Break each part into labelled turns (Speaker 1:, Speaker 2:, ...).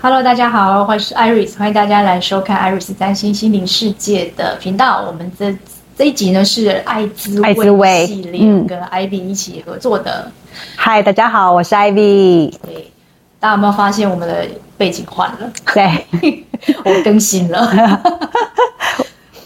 Speaker 1: Hello，大家好，我是 Iris，欢迎大家来收看 Iris 占星心灵世界的频道。我们这这一集呢是爱滋
Speaker 2: 爱滋味
Speaker 1: 系列，
Speaker 2: 嗯
Speaker 1: 跟 Ivy 一起合作的。
Speaker 2: 嗨，大家好，我是 Ivy。
Speaker 1: 对，大家有没有发现我们的背景换 了？
Speaker 2: 对，
Speaker 1: 我更新 了。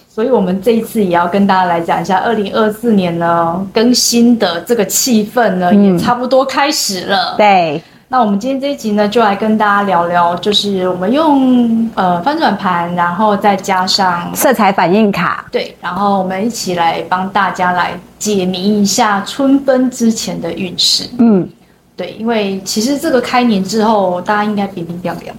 Speaker 1: 所以，我们这一次也要跟大家来讲一下，二零二四年呢更新的这个气氛呢，
Speaker 2: 嗯
Speaker 1: 也差不多开始了。
Speaker 2: 对，
Speaker 1: 那我们今天这一集呢，就来跟大家聊聊，就是我们用呃翻转盘，然后再加上
Speaker 2: 色彩反应卡，
Speaker 1: 对，然后我们一起来帮大家来解谜一下春分之前的运势。
Speaker 2: 嗯，
Speaker 1: 对，因为其实这个开年之后，大家应该冰冰冰冰，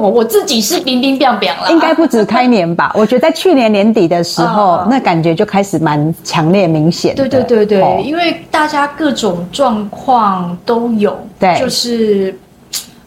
Speaker 1: 我 我自己是冰冰冰冰啦。
Speaker 2: 应该不止开 年吧？我觉得在去年年底的时候
Speaker 1: 嗯，
Speaker 2: 那感觉就开始蛮强烈明显的。
Speaker 1: 对对对对，
Speaker 2: 哦
Speaker 1: 因为大家各种状况都有，
Speaker 2: 对
Speaker 1: 就是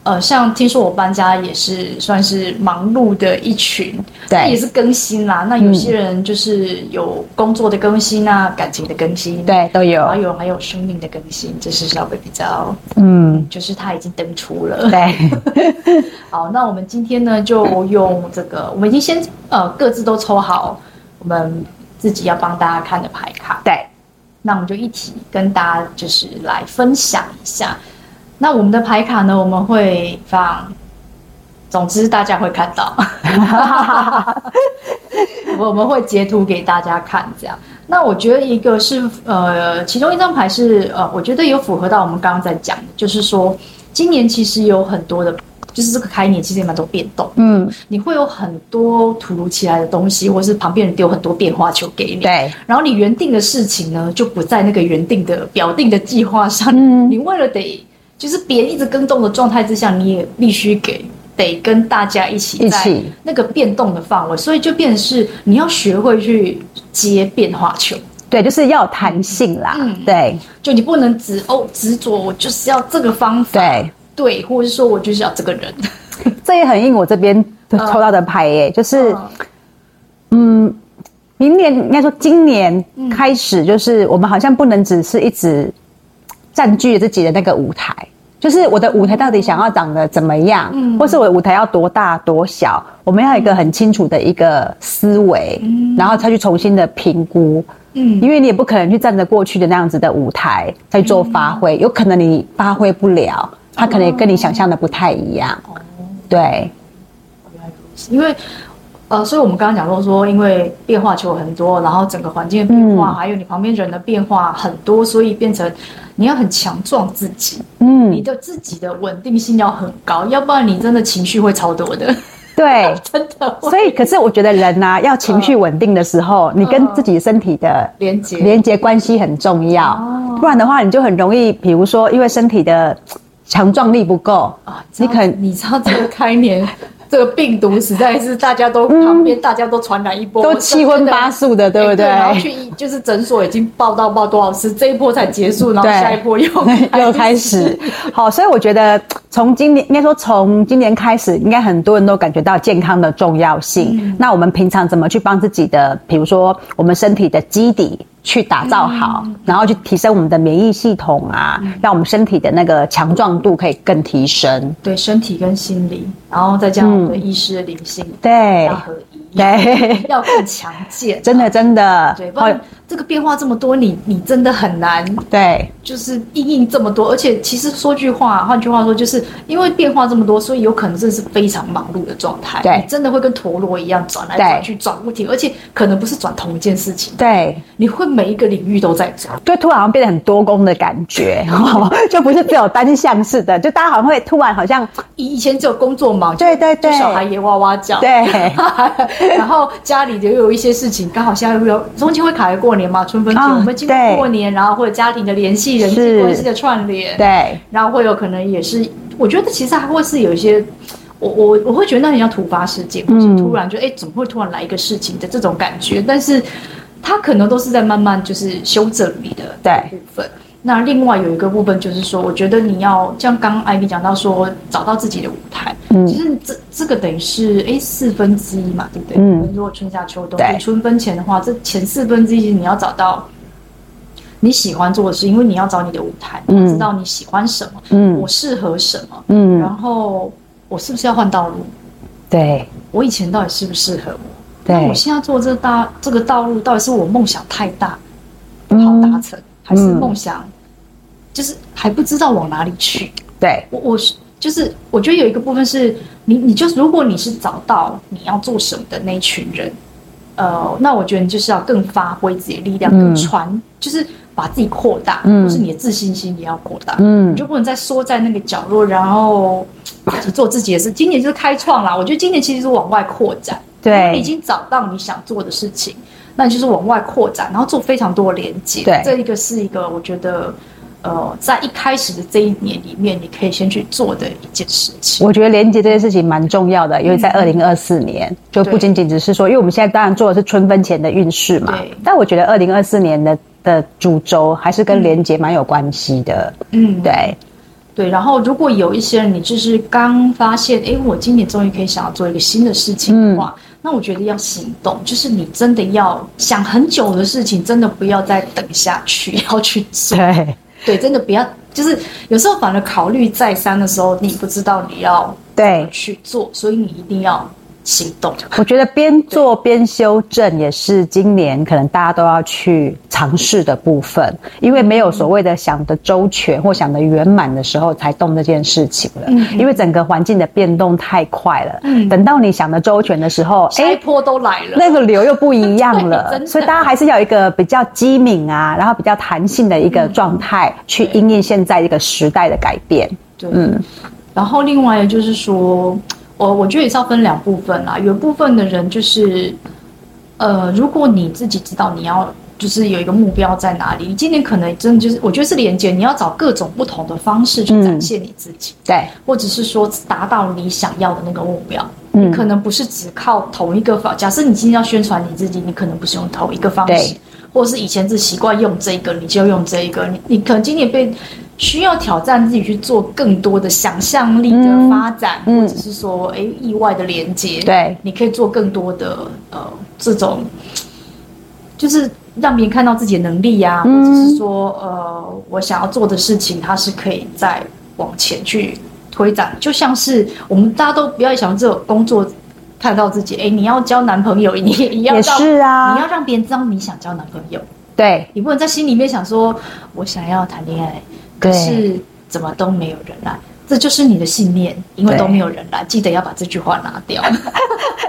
Speaker 1: 呃，像听说我搬家也是算是忙碌的一群，
Speaker 2: 对
Speaker 1: 那也是更新啦。那有些人就是有工作的更新啊，感情的更新，，
Speaker 2: 嗯对都
Speaker 1: 还
Speaker 2: 有，
Speaker 1: 有还有生命的更新，这是稍微比较，
Speaker 2: 嗯，
Speaker 1: 就是他已经登出了。
Speaker 2: 对，
Speaker 1: 好，那我们今天呢，就用这个，我们已经先呃各自都抽好我们自己要帮大家看的牌卡。
Speaker 2: 对，
Speaker 1: 那我们就一起跟大家就是来分享一下。那我们的牌卡呢，我们会放，总之大家会看到， 我们会截图给大家看这样。那我觉得一个是呃，其中一张牌是呃，我觉得有符合到我们刚刚在讲的，就是说今年其实有很多的，就是这个开年其实也蛮多变动，
Speaker 2: 嗯，
Speaker 1: 你会有很多突如其来的东西，或是旁边人丢很多变化球给你，
Speaker 2: 对，
Speaker 1: 然后你原定的事情呢，就不在那个原定的表定的计划上。
Speaker 2: 嗯
Speaker 1: 你为了得就是别人一直跟动的状态之下，你也必须给得跟大家一起
Speaker 2: 一
Speaker 1: 在
Speaker 2: 起
Speaker 1: 那个变动的范围，所以就变成是你要学会去接变化球。
Speaker 2: 对，就是要有弹性啦
Speaker 1: 嗯。
Speaker 2: 对，
Speaker 1: 就你不能只哦执着，我就是要这个方法，
Speaker 2: 对，
Speaker 1: 对，或者是说我就是要这个人，
Speaker 2: 这也很应我这边抽到的牌耶，就是
Speaker 1: 嗯
Speaker 2: 明年应该说今年开始，就是我们好像不能只是一直占据自己的那个舞台，就是我的舞台到底想要长得怎么样，或是我的舞台要多大多小，我们要有一个很清楚的一个思维，然后再去重新的评估。
Speaker 1: 嗯
Speaker 2: 因为你也不可能去站着过去的那样子的舞台再做发挥，有可能你发挥不了，它可能也跟你想象的不太一样。对，
Speaker 1: 因为呃，所以我们刚刚讲到说，因为变化球很多，然后整个环境的变化，
Speaker 2: 嗯
Speaker 1: 还有你旁边人的变化很多，所以变成你要很强壮自己，你
Speaker 2: 嗯，
Speaker 1: 的自己的稳定性要很高，要不然你真的情绪会超多的，
Speaker 2: 对。
Speaker 1: 真的会
Speaker 2: 所以，可是我觉得人呐、要情绪稳定的时候，
Speaker 1: 嗯
Speaker 2: 你跟自己身体的
Speaker 1: 连接
Speaker 2: 连接关系很重要
Speaker 1: 哦，
Speaker 2: 不然的话，你就很容易，比如说因为身体的强壮力不够，
Speaker 1: 啊，
Speaker 2: 你
Speaker 1: 你
Speaker 2: 可
Speaker 1: 可
Speaker 2: 能
Speaker 1: 你知道这个开年。这个病毒实在是大家都旁边，大家都传染一波，
Speaker 2: 嗯都
Speaker 1: 我
Speaker 2: 七荤
Speaker 1: 真的哎
Speaker 2: 八素的，对不对？
Speaker 1: 然后去医就是诊所已经报到报多少次，这一波才结束，然后
Speaker 2: 对
Speaker 1: 下一波 又
Speaker 2: 哎又开始，好，所以我觉得从今年应该说从今年开始，应该很多人都感觉到健康的重要性。
Speaker 1: 嗯
Speaker 2: 那我们平常怎么去帮自己的，比如说我们身体的基底去打造好，
Speaker 1: 嗯
Speaker 2: 然后去提升我们的免疫系统啊，让我们身体的那个强壮度可以更提升。
Speaker 1: 对身体跟心理，然后再加上我们的意识、灵性
Speaker 2: 对
Speaker 1: 要合一，
Speaker 2: 嗯对，
Speaker 1: 要更强健。
Speaker 2: 真的真的哦
Speaker 1: 对，，不然这个变化这么多，你你真的很难
Speaker 2: 对
Speaker 1: 就是应应这么多。而且其实说句话，换句话说，就是因为变化这么多，所以有可能真的是非常忙碌的状态。
Speaker 2: 对
Speaker 1: 你真的会跟陀螺一样转来转去，转不停，而且可能不是转同一件事情，
Speaker 2: 对。
Speaker 1: 你会每一个领域都在转。
Speaker 2: 就突然好像变得很多功的感觉，哦、就不是只有单向式的，就大家好像会突然好像
Speaker 1: 以以前只有工作忙，就
Speaker 2: 对对对
Speaker 1: 就小孩也哇哇叫，
Speaker 2: 对
Speaker 1: 然后家里也有一些事情，刚好现在又有中间会卡在过年嘛，春分节、
Speaker 2: 啊
Speaker 1: 我们经过
Speaker 2: 对
Speaker 1: 过年，然后或者家庭的联系、人际
Speaker 2: 是
Speaker 1: 关系的串联，
Speaker 2: 对，
Speaker 1: 然后会有可能也是，我觉得其实还会是有一些，我我我会觉得那很像突发事件，或
Speaker 2: 嗯
Speaker 1: 是突然就哎、怎么会突然来一个事情的这种感觉，但是它可能都是在慢慢就是修正你的
Speaker 2: 对
Speaker 1: 部分。那另外有一个部分就是说，我觉得你要像刚艾米讲到说，找到自己的舞台。
Speaker 2: 嗯
Speaker 1: 其实这这个等于是哎四分之一嘛，对不对？
Speaker 2: 嗯
Speaker 1: 如果春夏秋冬，
Speaker 2: 对
Speaker 1: 就春分前的话，这前四分之一其实你要找到你喜欢做的事，因为你要找你的舞台，你要知道你喜欢什么，
Speaker 2: 嗯
Speaker 1: 我适合什么，
Speaker 2: 嗯
Speaker 1: 然后我我是不是要换道路？
Speaker 2: 对
Speaker 1: 我以前到底适不适合我？那
Speaker 2: 对
Speaker 1: 我，现在做这大这个道路，到底是我梦想太大不好达成，还是梦想、就是还不知道往哪里去？
Speaker 2: 对，
Speaker 1: 我我是就是我觉得有一个部分是你你就是如果你是找到你要做什么的那一群人，呃，那我觉得你就是要更发挥自己的力量，
Speaker 2: 嗯
Speaker 1: 更传，就是把自己扩大，
Speaker 2: 嗯
Speaker 1: 或是你的自信心也要扩大。
Speaker 2: 嗯
Speaker 1: 你就不能再缩在那个角落，然后自己做自己的事。今年就是开创啦，我觉得今年其实是往外扩展。
Speaker 2: 对
Speaker 1: 如果你已经找到你想做的事情，那你就是往外扩展，然后做非常多的连接。
Speaker 2: 对
Speaker 1: 这一个是一个我觉得，呃，在一开始的这一年里面，你可以先去做的一件事情。
Speaker 2: 我觉得连接这件事情蛮重要的，因为在二零二四年，就不
Speaker 1: 对
Speaker 2: 仅仅只是说，因为我们现在当然做的是春分前的运势嘛
Speaker 1: 对，
Speaker 2: 但我觉得二零二四年的的主轴还是跟连接蛮有关系的。
Speaker 1: 嗯，
Speaker 2: 对，
Speaker 1: 对。然后，如果有一些人，你就是刚发现，哎，我今年终于可以想要做一个新的事情的话，那我觉得要行动，就是你真的要想很久的事情，真的不要再等下去， 要去做。
Speaker 2: 对，
Speaker 1: 对，真的不要，就是有时候反而考虑再三的时候，你不知道你要
Speaker 2: 对，
Speaker 1: 去做，所以你一定要行动。
Speaker 2: 我觉得边做边修正也是今年可能大家都要去尝试的部分，因为没有所谓的想的周全或想的圆满的时候才动这件事情了，
Speaker 1: 嗯嗯
Speaker 2: 因为整个环境的变动太快了。
Speaker 1: 嗯
Speaker 2: 等到你想的周全的时候，
Speaker 1: 下 一波都来了，
Speaker 2: 那个流又不一样
Speaker 1: 对真
Speaker 2: 了，
Speaker 1: 的
Speaker 2: 所以大家还是要有一个比较机敏啊，然后比较弹性的一个状态、去
Speaker 1: 对
Speaker 2: 应应现在这个时代的改变。
Speaker 1: 对，
Speaker 2: 嗯，
Speaker 1: 然后另外就是说，我我觉得也是要分两部分啦。有一部分的人就是，呃，如果你自己知道你要就是有一个目标在哪里，你今年可能真的就是，我觉得是连接，你要找各种不同的方式去展现你自己，
Speaker 2: 对，
Speaker 1: 或者是说达到你想要的那个目标。你可
Speaker 2: 嗯，
Speaker 1: 能不是只靠同一个方。假设你今天要宣传你自己，你可能不是用同一个方式
Speaker 2: 对，
Speaker 1: 或者是以前是习惯用这个，你就用这一个。你你可能今年被需要挑战自己去做更多的想象力的
Speaker 2: 嗯
Speaker 1: 发展，
Speaker 2: 嗯
Speaker 1: 或者是说诶意外的连接，
Speaker 2: 对，
Speaker 1: 你可以做更多的呃这种，就是让别人看到自己的能力呀、
Speaker 2: 嗯
Speaker 1: 或者是说呃我想要做的事情，它是可以再往前去推展。就像是我们大家都不要想这种工作，看到自己哎、诶你要交男朋友，你也要
Speaker 2: 也
Speaker 1: 让、
Speaker 2: 是
Speaker 1: 你要
Speaker 2: 啊，
Speaker 1: 让别人知道你想交男朋友，
Speaker 2: 对，
Speaker 1: 你不能在心里面想说我想要谈恋爱，可
Speaker 2: 对
Speaker 1: 是怎么都没有人来。这就是你的信念，因为
Speaker 2: 对
Speaker 1: 都没有人来，记得要把这句话拿掉。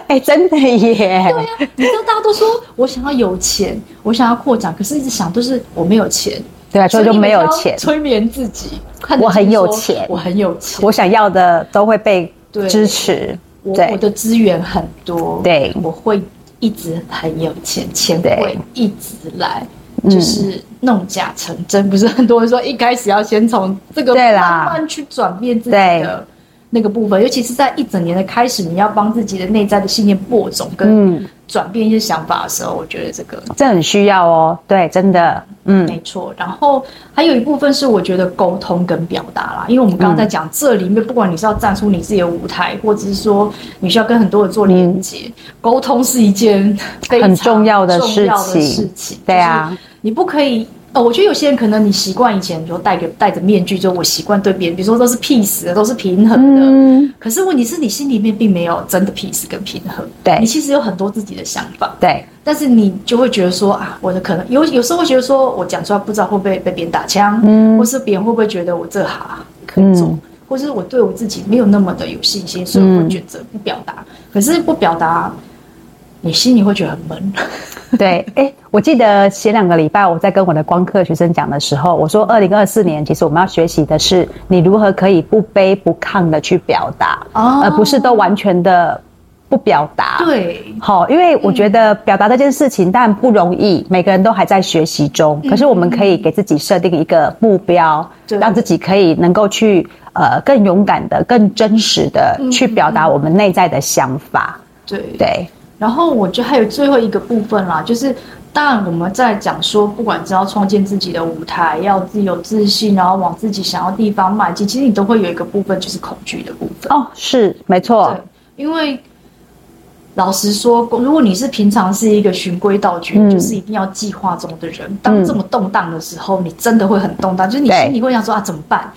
Speaker 2: 哎，真的
Speaker 1: 啊
Speaker 2: 耶，
Speaker 1: 你知道大家都说我想要有钱，我想要扩展，可是一直想都是我没有钱，
Speaker 2: 对啊，所以就没有
Speaker 1: 你
Speaker 2: 钱
Speaker 1: 要。催眠自己，看着
Speaker 2: 我很有
Speaker 1: 自己说
Speaker 2: 钱
Speaker 1: 我很有钱，
Speaker 2: 我想要的都会被
Speaker 1: 对
Speaker 2: 支持。
Speaker 1: 我
Speaker 2: 对
Speaker 1: 我的资源很多，
Speaker 2: 对
Speaker 1: 我会一直很有钱，钱
Speaker 2: 对
Speaker 1: 会一直来。就是弄假成真，不是很多人说一开始要先从这个
Speaker 2: 对
Speaker 1: 慢
Speaker 2: 啦
Speaker 1: 慢去转变自己的那个部分，尤其是在一整年的开始，你要帮自己的内在的信念播种跟
Speaker 2: 嗯
Speaker 1: 转变一些想法的时候，我觉得这个
Speaker 2: 这很需要哦，对，真的，嗯，
Speaker 1: 没错，然后还有一部分是我觉得沟通跟表达啦，因为我们刚刚在讲、这里面，不管你是要站出你自己的舞台，或者是说你需要跟很多人做连接，沟通是一件非常
Speaker 2: 嗯很重要的
Speaker 1: 重要的
Speaker 2: 事情
Speaker 1: 事情
Speaker 2: 对啊，
Speaker 1: 就是你不可以。呃，我觉得有些人可能你习惯以前，比如说戴个戴着面具，就我习惯对别人，比如说都是 peace 的，都是平衡的。
Speaker 2: 嗯，
Speaker 1: 可是问题是你心里面并没有真的 peace 跟平衡，
Speaker 2: 对
Speaker 1: 你其实有很多自己的想法。
Speaker 2: 对，
Speaker 1: 但是你就会觉得说啊，我的可能有有时候会觉得说我讲出来不知道会不会被别人打枪，
Speaker 2: 嗯
Speaker 1: 或是别人会不会觉得我这行可以做，
Speaker 2: 嗯
Speaker 1: 或是我对我自己没有那么的有信心，所以我会选择不表达。
Speaker 2: 嗯
Speaker 1: 可是不表达，你心里会觉得很 闷。
Speaker 2: 对，哎，我记得前两个礼拜我在跟我的光课学生讲的时候，我说，二零二四年其实我们要学习的是你如何可以不卑不亢的去表达，
Speaker 1: 哦
Speaker 2: 呃而不是都完全的不表达。。
Speaker 1: 对，
Speaker 2: 好，因为我觉得
Speaker 1: 嗯
Speaker 2: 表达这件事情当然不容易，每个人都还在学习中。可是我们可以给自己设定一个目标，
Speaker 1: 嗯对
Speaker 2: 让自己可以能够去呃更勇敢的、更真实的
Speaker 1: 嗯
Speaker 2: 去表达我们内在的想法。
Speaker 1: 对
Speaker 2: 对，
Speaker 1: 然后我觉得还有最后一个部分啦，就是当然我们在讲说，不管是要创建自己的舞台，要自己有自信，然后往自己想要的地方迈进，其实你都会有一个部分就是恐惧的部分。
Speaker 2: 哦哦，是没错
Speaker 1: 对，，因为老实说，如果你是平常是一个循规蹈矩，
Speaker 2: 嗯
Speaker 1: 就是一定要计划中的人，当这么动荡的时候，你真的会很动荡，就是你心里会想说啊，怎么办？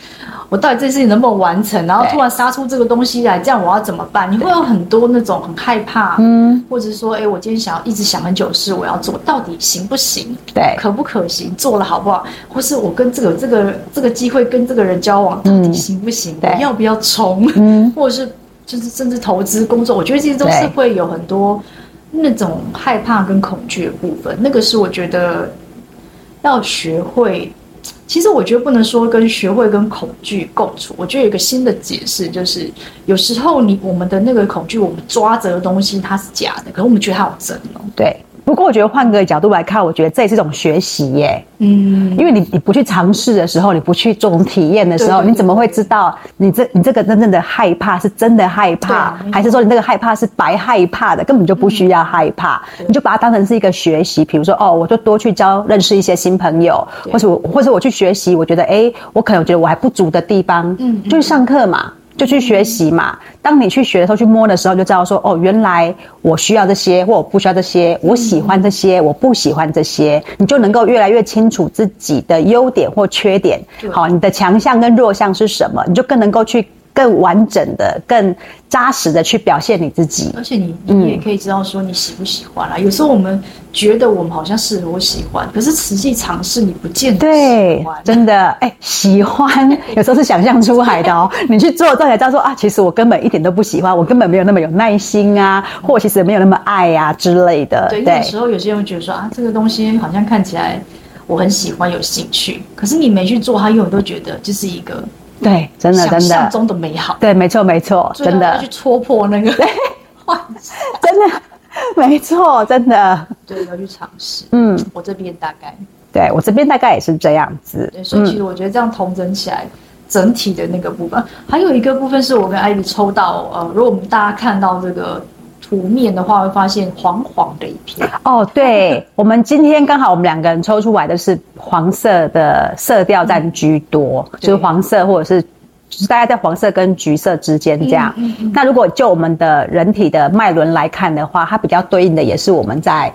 Speaker 1: 我到底这件事情能不能完成？然后
Speaker 2: 对
Speaker 1: 突然杀出这个东西来，这样我要怎么办？你会有很多那种很害怕，
Speaker 2: 嗯，
Speaker 1: 或者说，哎，我今天想要一直想很久的事，我要做到底行不行？
Speaker 2: 对，
Speaker 1: 可不可行，做了好不好，或是我跟这个这个这个机会跟这个人交往到底行不行，
Speaker 2: 嗯对
Speaker 1: 我要不要冲，
Speaker 2: 嗯，
Speaker 1: 或者是就是甚至投资工作，我觉得其实都是
Speaker 2: 对
Speaker 1: 会有很多那种害怕跟恐惧的部分，那个是我觉得要学会。其实我觉得不能说跟学会跟恐惧共处，我觉得有一个新的解释，就是有时候你我们的那个恐惧，我们抓着的东西它是假的，可是我们觉得它好真哦。
Speaker 2: 对。不过我觉得换个角度来看，我觉得这也是一种学习耶，
Speaker 1: 嗯，
Speaker 2: 因为你你不去尝试的时候，你不去这种体验的时
Speaker 1: 对
Speaker 2: 候，
Speaker 1: 对对
Speaker 2: 你怎么会知道你这你这个真正的害怕是真的害
Speaker 1: 对
Speaker 2: 怕
Speaker 1: 啊，
Speaker 2: 还是说你那个害怕是白害怕的，根本就不需要害怕，
Speaker 1: 嗯对
Speaker 2: 你就把它当成是一个学习。比如说，哦，我就多去交认识一些新朋友，
Speaker 1: 对
Speaker 2: 或者我或者我去学习，我觉得哎，我可能觉得我还不足的地方，
Speaker 1: 嗯嗯
Speaker 2: 就去上课嘛。就去学习嘛。当你去学的时候，去摸的时候，就知道说，哦，原来我需要这些，或我不需要这些，我喜欢这些，我不喜欢这些，你就能够越来越清楚自己的优点或缺点
Speaker 1: 对。
Speaker 2: 好，你的强项跟弱项是什么，你就更能够去更完整的、更扎实的去表现你自己。
Speaker 1: 而且你
Speaker 2: 嗯
Speaker 1: 你也可以知道说你喜不喜欢啦。有时候我们觉得我们好像适合我喜欢，可是实际尝试你不见得
Speaker 2: 对
Speaker 1: 喜欢，。
Speaker 2: 真的， 哎、喜欢有时候是想象出来的哦。你去做之后才知道说啊，其实我根本一点都不喜欢，我根本没有那么有耐心啊，或我其实没有那么爱啊之类的。
Speaker 1: 嗯对，因为有时候有些人会觉得说啊，这个东西好像看起来我很喜欢、有兴趣，可是你没去做，他永远都觉得就是一个
Speaker 2: 对，真的
Speaker 1: 想
Speaker 2: 真
Speaker 1: 象
Speaker 2: 的，
Speaker 1: 中的啊美好，
Speaker 2: 对，没错没错，
Speaker 1: 所以
Speaker 2: 真
Speaker 1: 他要
Speaker 2: 的
Speaker 1: 去戳破那个幻想。
Speaker 2: 真的 没错，真的，
Speaker 1: 对，要去尝试。
Speaker 2: 嗯，
Speaker 1: 我这边大概
Speaker 2: 对我这边大概也是这样子
Speaker 1: 对，，所以其
Speaker 2: 嗯，
Speaker 1: 实我觉得这样统整起来，整体的那个部分，还有一个部分是我跟艾比抽到，呃，如果我们大家看到这个图面的话，会发现黄黄的一片，
Speaker 2: 哦， 对，我们今天刚好我们两个人抽出来的是黄色的色调占居多，就是
Speaker 1: 对
Speaker 2: 黄色或者是。就是大概在黄色跟橘色之间这样。
Speaker 1: 嗯嗯嗯
Speaker 2: 那如果就我们的人体的脉轮来看的话，它比较对应的也是我们在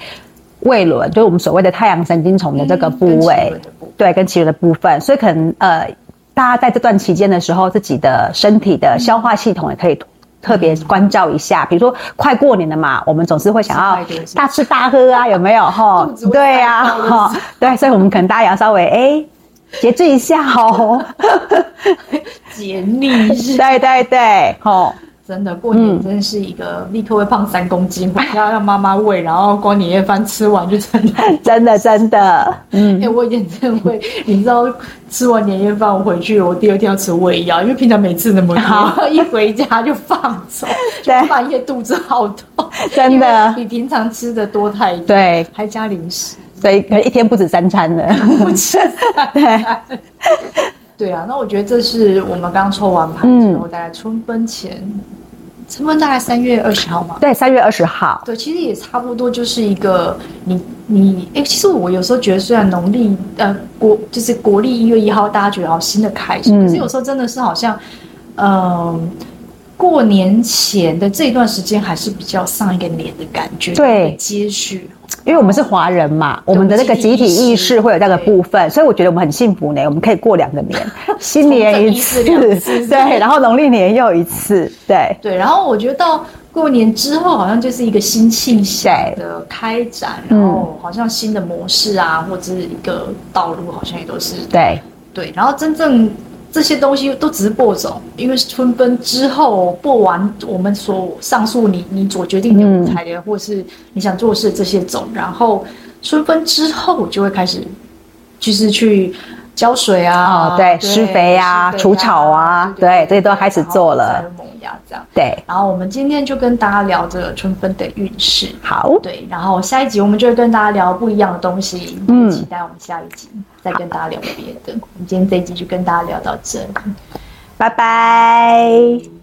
Speaker 2: 胃轮，就是我们所谓的太阳神经丛的这个部
Speaker 1: 嗯跟齿
Speaker 2: 位。
Speaker 1: 轮的部
Speaker 2: 对，跟其余的部分，所以可能呃，大家在这段期间的时候，自己的身体的消化系统也可以特别
Speaker 1: 嗯
Speaker 2: 关照一下。比如说，快过年了嘛，我们总是会想要
Speaker 1: 吃快点是吧
Speaker 2: 大吃大喝啊，有没有？哈
Speaker 1: 肚子，会
Speaker 2: 对呀、
Speaker 1: 塞爆的
Speaker 2: 哈，对，所以我们可能大家也要稍微哎节制一下哦。
Speaker 1: 解腻是
Speaker 2: 对对对，哦，
Speaker 1: 真的，过年
Speaker 2: 嗯
Speaker 1: 真的是一个立刻会胖三公斤， 回家让妈妈喂，然后光年夜饭吃完就真的。
Speaker 2: 真的真的，嗯
Speaker 1: 哎、，我以前真的会，你知道，吃完年夜饭我回去，我第二天要吃胃药，因为平常每次那么多， 一回家就放纵，就
Speaker 2: 对
Speaker 1: 半夜肚子好痛，
Speaker 2: 真的
Speaker 1: 因为比平常吃的多太多，
Speaker 2: 对，
Speaker 1: 还加零 食，
Speaker 2: 所以可能一天不止三餐的。
Speaker 1: 不吃。
Speaker 2: 对，
Speaker 1: 对啊，那我觉得这是我们刚抽完牌之
Speaker 2: 嗯
Speaker 1: 后，大概春分前，春分大概三月二十号嘛，
Speaker 2: 对，三月二十号，
Speaker 1: 对，其实也差不多就是一个你你哎、其实我有时候觉得，虽然农历呃国就是国历一月一号，大家觉得好像新的开始，
Speaker 2: 嗯
Speaker 1: 可是有时候真的是好像，嗯、过年前的这段时间还是比较上一个年的感觉，
Speaker 2: 对
Speaker 1: 有一个接续，
Speaker 2: 因为我们是华人嘛，我们的那个集体意识会有那个部分，所以我觉得我们很幸福呢，我们可以过两个 年，新年一次，
Speaker 1: 从这一次两次
Speaker 2: 对，然后农历年又一次，对
Speaker 1: 对，然后我觉得到过年之后，好像就是一个新气象的开展，
Speaker 2: 对
Speaker 1: 然后好像新的模式啊，或者是一个道路，好像也都是
Speaker 2: 对
Speaker 1: 对，然后真正这些东西都只是播种，因为春分之后播完我们所上述你你所决定你的舞台
Speaker 2: 嗯
Speaker 1: 的，或是你想做的事这些种，然后春分之后就会开始，就是去浇水啊，
Speaker 2: 哦对施肥啊
Speaker 1: 施
Speaker 2: 除草啊对这些都开始做了
Speaker 1: 然后才会萌芽这样。
Speaker 2: 对，
Speaker 1: 然后我们今天就跟大家聊这个春分的运势，
Speaker 2: 好，
Speaker 1: 对，然后下一集我们就会跟大家聊不一样的东西，
Speaker 2: 嗯
Speaker 1: 期待我们下一集再跟大家聊别的。我们今天这一集就跟大家聊到这里。
Speaker 2: 拜拜。